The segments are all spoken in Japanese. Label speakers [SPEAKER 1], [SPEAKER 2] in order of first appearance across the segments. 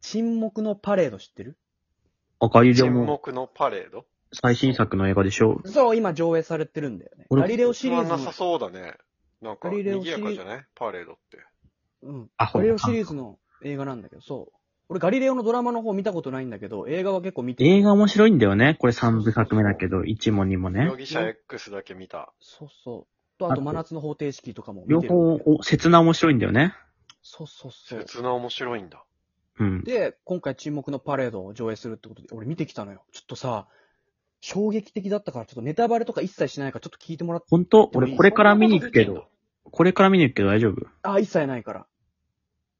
[SPEAKER 1] 沈黙のパレード知ってる
[SPEAKER 2] 赤いじゃ
[SPEAKER 3] 沈
[SPEAKER 2] も
[SPEAKER 3] 黙のパレード
[SPEAKER 2] 最新作の映画でしょ
[SPEAKER 1] そう、今上映されてるんだよね。
[SPEAKER 2] 俺
[SPEAKER 1] ガリレオシ
[SPEAKER 3] シ
[SPEAKER 1] リ
[SPEAKER 3] リ
[SPEAKER 1] ー
[SPEAKER 3] ー
[SPEAKER 1] ズ
[SPEAKER 3] な
[SPEAKER 1] の
[SPEAKER 3] さ、そうだね。なんか、
[SPEAKER 1] ガリレオ
[SPEAKER 3] 賑
[SPEAKER 1] シリ
[SPEAKER 3] やかじゃないパレードって。
[SPEAKER 1] うん。
[SPEAKER 2] あ、
[SPEAKER 1] ガ
[SPEAKER 2] ほ
[SPEAKER 1] リレ
[SPEAKER 2] ら
[SPEAKER 1] オ。シリーズの映画なんだけど、そう。俺ガリレオのドラマの方見たことないんだけど、映画は結構見てる
[SPEAKER 2] 映画面白いんだよね。これ3部作目だけど、1も2もね
[SPEAKER 3] 容。疑者 X だけ見た。
[SPEAKER 1] そうそう。と、あ
[SPEAKER 2] あ
[SPEAKER 1] と
[SPEAKER 2] と
[SPEAKER 1] 真夏の方程式とかも見
[SPEAKER 2] 両
[SPEAKER 1] てる。
[SPEAKER 2] 方、お切な面白いんだよね。
[SPEAKER 1] そうそうそう。
[SPEAKER 3] 切な面白いんだ。
[SPEAKER 2] うん。
[SPEAKER 1] で、今回沈黙のパレードを上映するってことで、俺見てきたのよ。ちょっとさ、衝撃的だったから、ちょっとネタバレとか一切しないから、ちょっと聞いてもらって、
[SPEAKER 2] ほんと、俺これから見に行くけど、これから見に行くけど大丈夫
[SPEAKER 1] あ、一切ないから。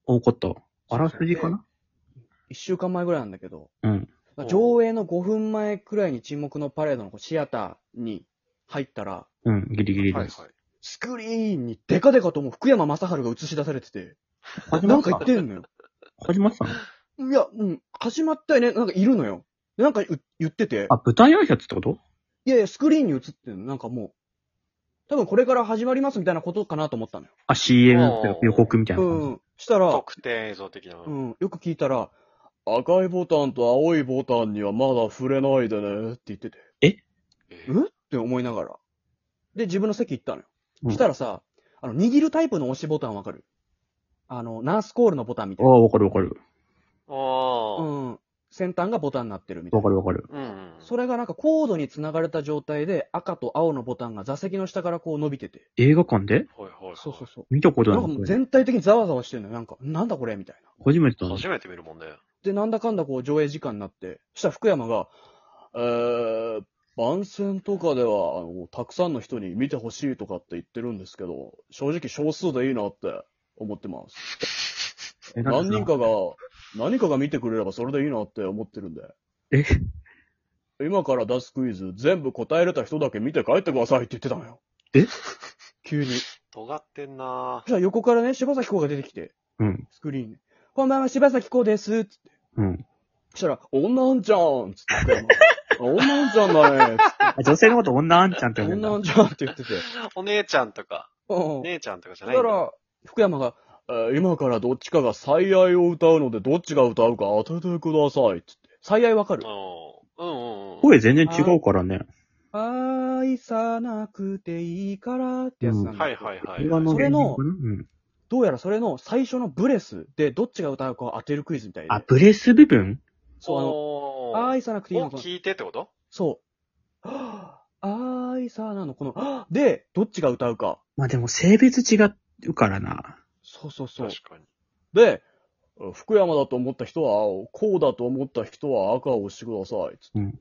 [SPEAKER 2] 大こと。あらすじかな
[SPEAKER 1] 一週間前ぐらいなんだけど、
[SPEAKER 2] うん。
[SPEAKER 3] うん
[SPEAKER 1] 上映の5分前くらいに沈黙のパレードのこうシアターに入ったら、
[SPEAKER 2] うん、ギリギリ
[SPEAKER 3] はいは
[SPEAKER 2] で
[SPEAKER 3] い
[SPEAKER 2] す。。
[SPEAKER 1] スクリーンにデカデカともう福山雅治が映し出されてて、
[SPEAKER 2] 始ま
[SPEAKER 1] なん
[SPEAKER 2] っ
[SPEAKER 1] か
[SPEAKER 2] た
[SPEAKER 1] 言ってんのよ。
[SPEAKER 2] 始まってたの
[SPEAKER 1] いや、うん、始まったよね。なんかいるのよ。でなんかう言ってて、
[SPEAKER 2] あ、舞台挨拶ってこと
[SPEAKER 1] いやいや、スクリーンに映ってんの。なんかもう、多分これから始まりますみたいなことかなと思ったのよ。
[SPEAKER 2] あ、CM って予告みたいな
[SPEAKER 1] う
[SPEAKER 2] 感じ。
[SPEAKER 1] ん。したら、
[SPEAKER 3] 特典映像的な。
[SPEAKER 1] うん、よく聞いたら、赤いボタンと青いボタンにはまだ触れないでねって言ってて、
[SPEAKER 3] え
[SPEAKER 1] うんって思いながら。で、自分の席行ったのよ。
[SPEAKER 2] うん
[SPEAKER 1] したらさ、あの、握るタイプの押しボタンわかるあの、ナースコールのボタンみた
[SPEAKER 2] あ
[SPEAKER 1] いな。
[SPEAKER 2] あ、わかるわかる。
[SPEAKER 3] ああ。
[SPEAKER 1] う
[SPEAKER 3] うん
[SPEAKER 1] ん。先端がボタンになってるみたい
[SPEAKER 2] わ
[SPEAKER 1] な
[SPEAKER 2] か。るわかる。
[SPEAKER 3] うん。
[SPEAKER 1] それがなんかコードに繋がれた状態で赤と青のボタンが座席の下からこう伸びてて。
[SPEAKER 2] 映画館で
[SPEAKER 3] はいはいはい。
[SPEAKER 1] そうそうそ
[SPEAKER 2] 見たこ
[SPEAKER 1] う。
[SPEAKER 2] と
[SPEAKER 1] なん
[SPEAKER 2] な
[SPEAKER 1] かも
[SPEAKER 2] い
[SPEAKER 1] う
[SPEAKER 2] これ。
[SPEAKER 1] 全体的にざわざわしてるのよ。なんか、なんだこれみたいな。
[SPEAKER 2] 初めてだな。
[SPEAKER 3] 初めて見るもんね。
[SPEAKER 1] で、なんだかんだこう上映時間になって、そしたら福山が、えー、番宣とかでは、あの、たくさんの人に見てほしいとかって言ってるんですけど、正直少数でいいなって思ってます。
[SPEAKER 2] え なんか
[SPEAKER 1] 何人かが、何かが見てくれればそれでいいなって思ってるんで。
[SPEAKER 2] え
[SPEAKER 1] 今から出すクイズ、全部答えれた人だけ見て帰ってくださいって言ってたのよ。
[SPEAKER 2] え
[SPEAKER 1] 急に。
[SPEAKER 3] 尖ってんな
[SPEAKER 1] じゃあ横からね、柴咲コウが出てきて、
[SPEAKER 2] うん。
[SPEAKER 1] スクリーンに。こんばんは、柴咲コウです。つって
[SPEAKER 2] うん。
[SPEAKER 1] そしたら、女あんちゃんつって 言って。あ女あんちゃんだねつ
[SPEAKER 2] あ女性のこと女あんち ゃんって
[SPEAKER 1] って。
[SPEAKER 2] 呼ぶんだ
[SPEAKER 1] 女あ。んちゃんって言ってて。
[SPEAKER 3] お姉ちゃんとか、
[SPEAKER 1] うん。
[SPEAKER 3] 姉ちゃんとかじゃ
[SPEAKER 1] だ
[SPEAKER 3] ない
[SPEAKER 1] か
[SPEAKER 3] んだ。
[SPEAKER 1] ら、福山が、えー今からどっちかが最愛を歌うので、どっちが歌うか当ててください。つって。最愛わかる
[SPEAKER 3] うん。うんうんうん。
[SPEAKER 2] 声全然違うからね。
[SPEAKER 1] 愛さなくていいからってやつなんだ
[SPEAKER 3] は
[SPEAKER 1] け
[SPEAKER 3] い
[SPEAKER 1] ど、
[SPEAKER 3] はいはい。
[SPEAKER 2] 映画の
[SPEAKER 1] それの
[SPEAKER 2] うん。
[SPEAKER 1] どうやらそれの最初のブレスでどっちが歌うかを当てるクイズみたいで。
[SPEAKER 2] あ、ブレス部分
[SPEAKER 1] そう、あ
[SPEAKER 3] お
[SPEAKER 1] の、
[SPEAKER 3] ー
[SPEAKER 1] 愛さなくていい
[SPEAKER 3] を
[SPEAKER 1] のかな
[SPEAKER 3] 聞いてってこと
[SPEAKER 1] そう。はぁ愛さなの、この、はぁで、どっちが歌うか。
[SPEAKER 2] まあでも性別違うからな。
[SPEAKER 1] そうそうそう。
[SPEAKER 3] 確かに。
[SPEAKER 1] で、福山だと思った人は青、こうだと思った人は赤を押してください。つって
[SPEAKER 2] うん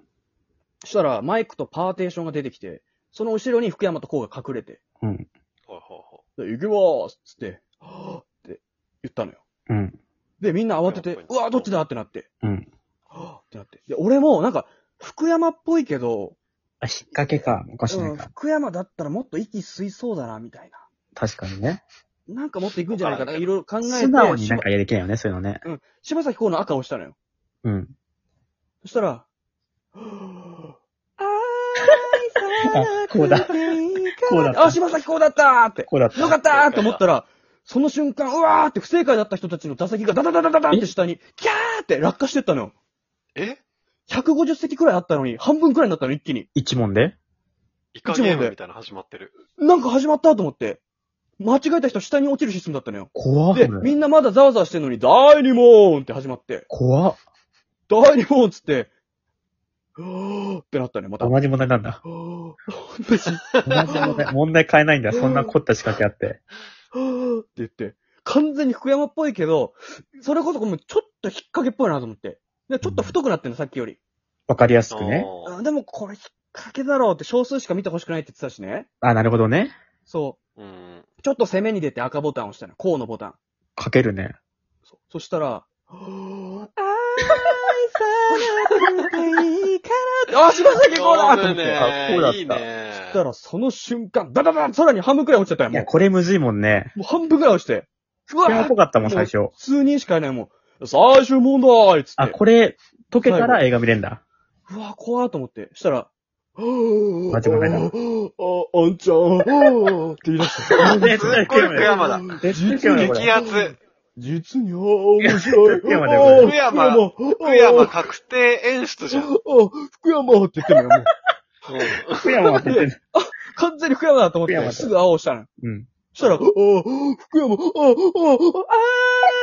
[SPEAKER 1] そしたら、マイクとパーテーションが出てきて、その後ろに福山とこうが隠れて、
[SPEAKER 2] うん。
[SPEAKER 3] はいはい
[SPEAKER 1] で行きますつって、はぁって言ったのよ。
[SPEAKER 2] うん。
[SPEAKER 1] で、みんな慌て
[SPEAKER 3] やってぱ
[SPEAKER 1] う
[SPEAKER 3] り、
[SPEAKER 1] わ、どっちだってなって、
[SPEAKER 2] うん。
[SPEAKER 1] はぁってなって。で、俺も、なんか、福山っぽいけど、
[SPEAKER 2] あ、引っ掛けか。おかしな
[SPEAKER 1] う
[SPEAKER 2] い
[SPEAKER 1] ん
[SPEAKER 2] か。
[SPEAKER 1] 福山だったらもっと息吸いそうだな、みたいな。
[SPEAKER 2] 確かにね。
[SPEAKER 1] なんかもっといくんじゃないかな、
[SPEAKER 3] わか
[SPEAKER 1] い
[SPEAKER 3] る
[SPEAKER 1] ろいろ考えて。
[SPEAKER 2] 素直にな
[SPEAKER 1] 柴
[SPEAKER 2] んかやりけんよね、そういうのね。
[SPEAKER 1] うん。柴咲コウの赤を押したのよ。
[SPEAKER 2] うん。
[SPEAKER 1] そした ら、
[SPEAKER 2] なくていいからこうだった
[SPEAKER 1] あ、柴咲コウだったーって。
[SPEAKER 2] こうだっ
[SPEAKER 1] よかったーって思ったら、その瞬間、うわーって不正解だった人たちの座席がダダダダダダって下に、キャーって落下してったのよ。
[SPEAKER 3] はい。え
[SPEAKER 1] 150席くらいあったのに、半分くらいになったの、一気に。
[SPEAKER 2] 一問で
[SPEAKER 3] イカゲームみたいなの始まってる。
[SPEAKER 1] なんか始まったと思って。間違えた人下に落ちるシステムだったのよ。
[SPEAKER 2] 怖
[SPEAKER 1] で、みんなまだザワザワしてんのに、第二問って始まって、
[SPEAKER 2] 怖っ。
[SPEAKER 1] 第二問っつって、うーってなったね、また。
[SPEAKER 2] 同じ問題なんだ。
[SPEAKER 1] 同じ
[SPEAKER 2] 同じ問題。問題変えないんだ。そんな凝った仕掛けあって。
[SPEAKER 1] って言って、完全に福山っぽいけど、それこそもうちょっと引っ掛けっぽいなと思って。で、ちょっと太くなってんの、さっきより。
[SPEAKER 2] わかりやすくね。
[SPEAKER 3] あー
[SPEAKER 1] あでもこれ引っ掛けだろうって少数しか見てほしくないって言ってたしね。
[SPEAKER 2] あ、なるほどね。
[SPEAKER 1] そ
[SPEAKER 3] うん。
[SPEAKER 1] う。ちょっと攻めに出て赤ボタンを押したの。こうのボタン。
[SPEAKER 2] かけるね。
[SPEAKER 1] そそしたら、あ あ、しまさきこうだと思って。
[SPEAKER 2] ね
[SPEAKER 1] そ
[SPEAKER 2] あこうだった
[SPEAKER 3] いいね。
[SPEAKER 1] したら、その瞬間、ダダダン空に半分くらい落ちちゃったよ、
[SPEAKER 2] い
[SPEAKER 1] も
[SPEAKER 2] や、
[SPEAKER 1] う。
[SPEAKER 2] これむずいもんね。
[SPEAKER 1] もう半分くらい落ちて。うわ
[SPEAKER 2] でも
[SPEAKER 1] ー
[SPEAKER 2] ぽかったもん、最初。
[SPEAKER 1] 数人しかいない、もう。最終問題っつって。
[SPEAKER 2] あ、これ、解けた
[SPEAKER 1] 最
[SPEAKER 2] ら映画見れんだ。
[SPEAKER 1] うわ、怖ーと思って。したら、あ
[SPEAKER 2] 間違いないな
[SPEAKER 1] あ、あんちゃん、あーって言い出した。
[SPEAKER 2] すっ
[SPEAKER 3] すっごい福山だ。
[SPEAKER 2] 絶対
[SPEAKER 1] 実
[SPEAKER 2] こ
[SPEAKER 1] に
[SPEAKER 2] れ
[SPEAKER 3] 激アツ。
[SPEAKER 1] 実に、あー面白い。
[SPEAKER 2] 福山だよ
[SPEAKER 1] あー
[SPEAKER 3] これ福
[SPEAKER 1] 福
[SPEAKER 3] 山
[SPEAKER 1] 山
[SPEAKER 3] 確定演出じゃん。
[SPEAKER 1] あー福山って言ってるよ、もう。
[SPEAKER 2] 福山って言ってる。
[SPEAKER 1] 完全に福山だと思っ
[SPEAKER 2] 福山
[SPEAKER 1] て、
[SPEAKER 2] だ
[SPEAKER 1] すぐ青をしたの。
[SPEAKER 2] うん。
[SPEAKER 1] そしたら、あー福山、あーあー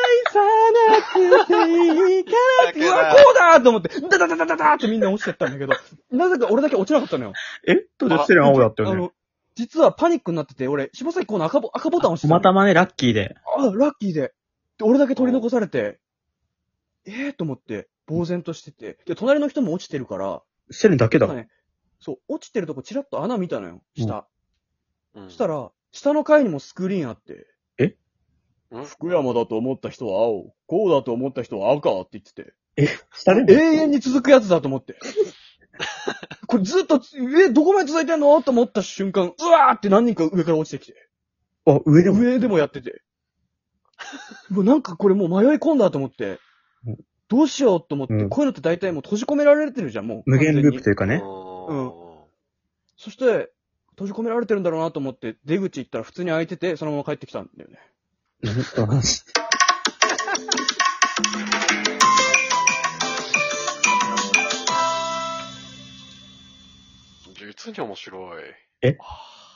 [SPEAKER 1] 愛さなくていいか
[SPEAKER 3] だ
[SPEAKER 1] うわ、
[SPEAKER 3] か
[SPEAKER 1] こうだーと思って、ダダダダダダーってみんな落ちてったんだけど、 なぜか俺だけ落ちなかったのよ。
[SPEAKER 2] え当然、セレン青だった
[SPEAKER 1] あ
[SPEAKER 2] よね。
[SPEAKER 1] の、実はパニックになってて、俺、柴崎この赤ボ赤ボタン押して
[SPEAKER 2] た
[SPEAKER 1] たの
[SPEAKER 2] またまね、ラッキーで。
[SPEAKER 1] あ、ラッキーで。で、俺だけ取り残されて、ええー、と思って、呆然としてて。で、隣の人も落ちてるから、
[SPEAKER 2] セレンだけ
[SPEAKER 1] な
[SPEAKER 2] だ
[SPEAKER 1] んか。ね、そう、落ちてるとこチラッと穴見たのよ、下。
[SPEAKER 3] ら
[SPEAKER 1] そしたら、下の階にもスクリーンあって。
[SPEAKER 2] え
[SPEAKER 3] ん
[SPEAKER 1] 福山だと思った人は青、こうだと思った人は赤って言ってて、
[SPEAKER 2] 下で
[SPEAKER 1] 永遠に続くやつだと思って。これずっと、え、どこまで続いてんのと思った瞬間、うわーって何人か上から落ちてきて。
[SPEAKER 2] あ、上でも。
[SPEAKER 1] 上でもやってて。もうなんかこれもう迷い込んだと思って
[SPEAKER 2] うん、
[SPEAKER 1] どうしようと思って、
[SPEAKER 2] うん
[SPEAKER 1] こういうのって大体もう閉じ込められてるじゃん、もう。
[SPEAKER 2] 無限ループと
[SPEAKER 1] 完全に
[SPEAKER 2] いうかね。
[SPEAKER 1] うん
[SPEAKER 3] お
[SPEAKER 1] そして、閉じ込められてるんだろうなと思って、出口行ったら普通に開いてて、そのまま帰ってきたんだよね。
[SPEAKER 2] 何と話して。
[SPEAKER 3] ー実に面白い。
[SPEAKER 2] え
[SPEAKER 3] あ